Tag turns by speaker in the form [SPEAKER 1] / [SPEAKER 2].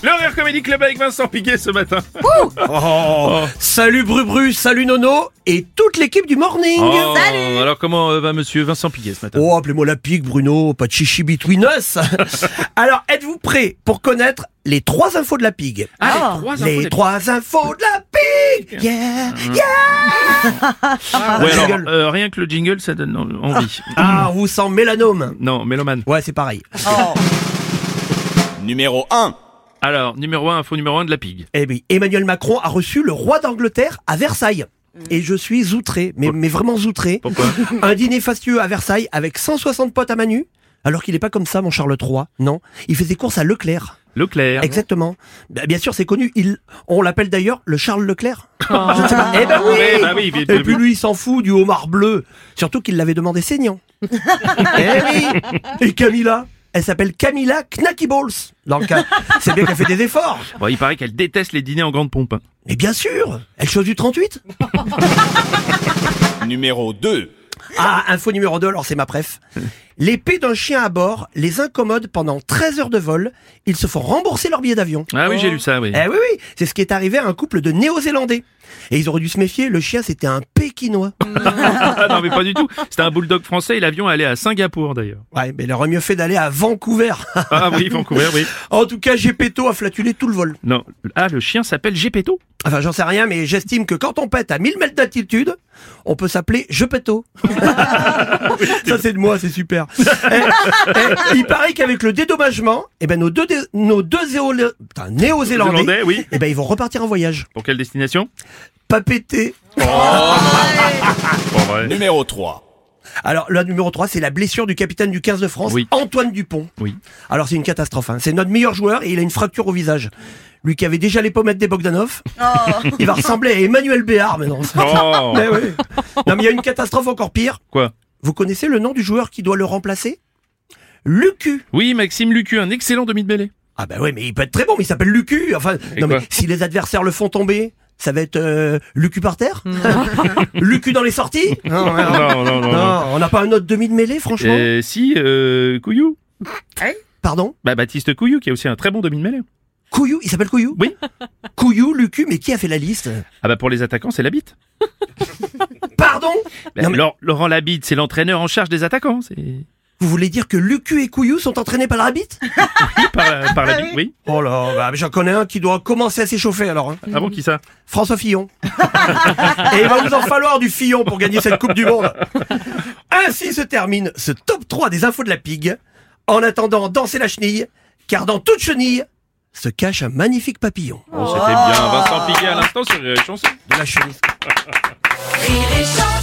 [SPEAKER 1] Le Rire Comedy Club avec Vincent Piquet ce matin.
[SPEAKER 2] Oh,
[SPEAKER 1] Oh,
[SPEAKER 2] Salut Bru Bru, salut Nono et toute l'équipe du morning.
[SPEAKER 1] Oh, alors comment euh, va monsieur Vincent Piquet ce matin
[SPEAKER 2] Oh, appelez-moi la pique, Bruno, pas de chichi between us. Alors, êtes-vous prêts pour connaître les trois infos de la pigue
[SPEAKER 1] Ah, les trois infos de
[SPEAKER 2] Les
[SPEAKER 1] la
[SPEAKER 2] trois infos de la pigue Yeah, yeah
[SPEAKER 1] Ouais, alors,
[SPEAKER 2] jingle.
[SPEAKER 1] euh, Rien que le jingle, ça donne en- envie.
[SPEAKER 2] Ah, on vous sent mélanome.
[SPEAKER 1] Non, Méloman.
[SPEAKER 2] Ouais, c'est pareil.
[SPEAKER 3] Numéro 1.
[SPEAKER 1] Alors, numéro 1, info numéro 1 de la pigue.
[SPEAKER 2] Eh oui, Emmanuel Macron a reçu le roi d'Angleterre à Versailles. Et je suis outré, mais, mais vraiment outré.
[SPEAKER 1] Mm. Pourquoi
[SPEAKER 2] Un dîner fastueux à Versailles avec 160 potes à Manu. Alors qu'il est pas comme ça, mon Charles III. Non, il fait des courses à Leclerc.
[SPEAKER 1] Leclerc.
[SPEAKER 2] Exactement. Bah, Bien sûr, c'est connu. Il, on l'appelle d'ailleurs le Charles Leclerc. Je ne sais pas. Eh ben oui.
[SPEAKER 1] Ah. Ouais, bah oui,
[SPEAKER 2] Et puis lui, il s'en fout du homard bleu. Surtout qu'il l'avait demandé saignant. eh oui. Et Camilla, elle s'appelle Camilla Knacky Balls. Donc, euh, c'est bien qu'elle fait des efforts.
[SPEAKER 1] Bon, il paraît qu'elle déteste les dîners en grande pompe. hein.
[SPEAKER 2] Mais bien sûr, elle chose du 38.
[SPEAKER 3] Numéro 2.
[SPEAKER 2] Ah, info numéro 2, alors c'est ma préf. L'épée d'un chien à bord les incommode pendant 13 heures de vol. Ils se font rembourser leur billet d'avion.
[SPEAKER 1] Ah oui, j'ai lu ça, oui.
[SPEAKER 2] Eh oui, oui, c'est ce qui est arrivé à un couple de Néo-Zélandais. Et ils auraient dû se méfier, le chien c'était un Pékinois.
[SPEAKER 1] Ah, non, mais pas du tout. C'était un bulldog français et l'avion allait à Singapour d'ailleurs.
[SPEAKER 2] Ouais, mais il aurait mieux fait d'aller à Vancouver.
[SPEAKER 1] Ah oui, Vancouver, oui.
[SPEAKER 2] en tout cas, Gepetto a flatulé tout le vol.
[SPEAKER 1] Non. Ah, le chien s'appelle Gepetto.
[SPEAKER 2] Enfin, j'en sais rien, mais j'estime que quand on pète à 1000 mètres d'altitude, on peut s'appeler Gepetto. Ça c'est de moi, c'est super. Eh, eh, il paraît qu'avec le dédommagement, eh ben, nos deux, dé- nos deux Zéolé- putain, néo-zélandais,
[SPEAKER 1] Zélandais, oui.
[SPEAKER 2] eh ben, ils vont repartir en voyage.
[SPEAKER 1] Pour quelle destination
[SPEAKER 2] Pas pété.
[SPEAKER 1] Pour vrai.
[SPEAKER 3] Numéro 3.
[SPEAKER 2] Alors, le numéro 3, c'est la blessure du capitaine du 15 de France,
[SPEAKER 1] Oui.
[SPEAKER 2] Antoine Dupont.
[SPEAKER 1] Oui.
[SPEAKER 2] Alors, c'est une catastrophe. hein. C'est notre meilleur joueur et il a une fracture au visage. Lui qui avait déjà les pommettes des Bogdanov, il va ressembler à Emmanuel Béard maintenant.
[SPEAKER 1] Oh
[SPEAKER 2] Mais Eh oui. Non, mais il y a une catastrophe encore pire.
[SPEAKER 1] Quoi
[SPEAKER 2] Vous connaissez le nom du joueur qui doit le remplacer Lucu.
[SPEAKER 1] Oui, Maxime Lucu, un excellent demi de mêlée.
[SPEAKER 2] Ah bah oui, mais il peut être très bon, mais il s'appelle Lucu. Enfin,
[SPEAKER 1] Et
[SPEAKER 2] non mais
[SPEAKER 1] quoi
[SPEAKER 2] si les adversaires le font tomber, ça va être euh, Lucu par terre Lucu dans les sorties Non, ouais, non.
[SPEAKER 1] Non, non, non. non.
[SPEAKER 2] Non, on n'a pas un autre demi de mêlée, franchement
[SPEAKER 1] Euh, si, euh, Couillou.
[SPEAKER 2] Pardon
[SPEAKER 1] Bah, Baptiste Couillou, qui est aussi un très bon demi-mêlée.
[SPEAKER 2] Couillou, il s'appelle Couillou
[SPEAKER 1] Oui.
[SPEAKER 2] Couillou, Lucu, mais qui a fait la liste
[SPEAKER 1] Ah bah pour les attaquants, c'est la bite.
[SPEAKER 2] Pardon
[SPEAKER 1] Bah,
[SPEAKER 2] Non, mais-
[SPEAKER 1] Laurent- Laurent Labitte, c'est l'entraîneur en charge des attaquants. C'est
[SPEAKER 2] Vous voulez dire que Lucu et Couillou sont entraînés par la bite
[SPEAKER 1] par, la- par la bite, oui.
[SPEAKER 2] Oh là, bah, j'en connais un qui doit commencer à s'échauffer alors. hein.
[SPEAKER 1] Ah bon, qui ça
[SPEAKER 2] François Fillon. Et il va vous en falloir du Fillon pour gagner cette Coupe du Monde. Ainsi se termine ce top 3 des infos de la pigue. En attendant, dansez la chenille, car dans toute chenille se cache un magnifique papillon.
[SPEAKER 1] Bon, C'était bien Vincent Piguet à l'instant sur euh, Chanson.
[SPEAKER 2] De la chenille.
[SPEAKER 4] Rire et chanson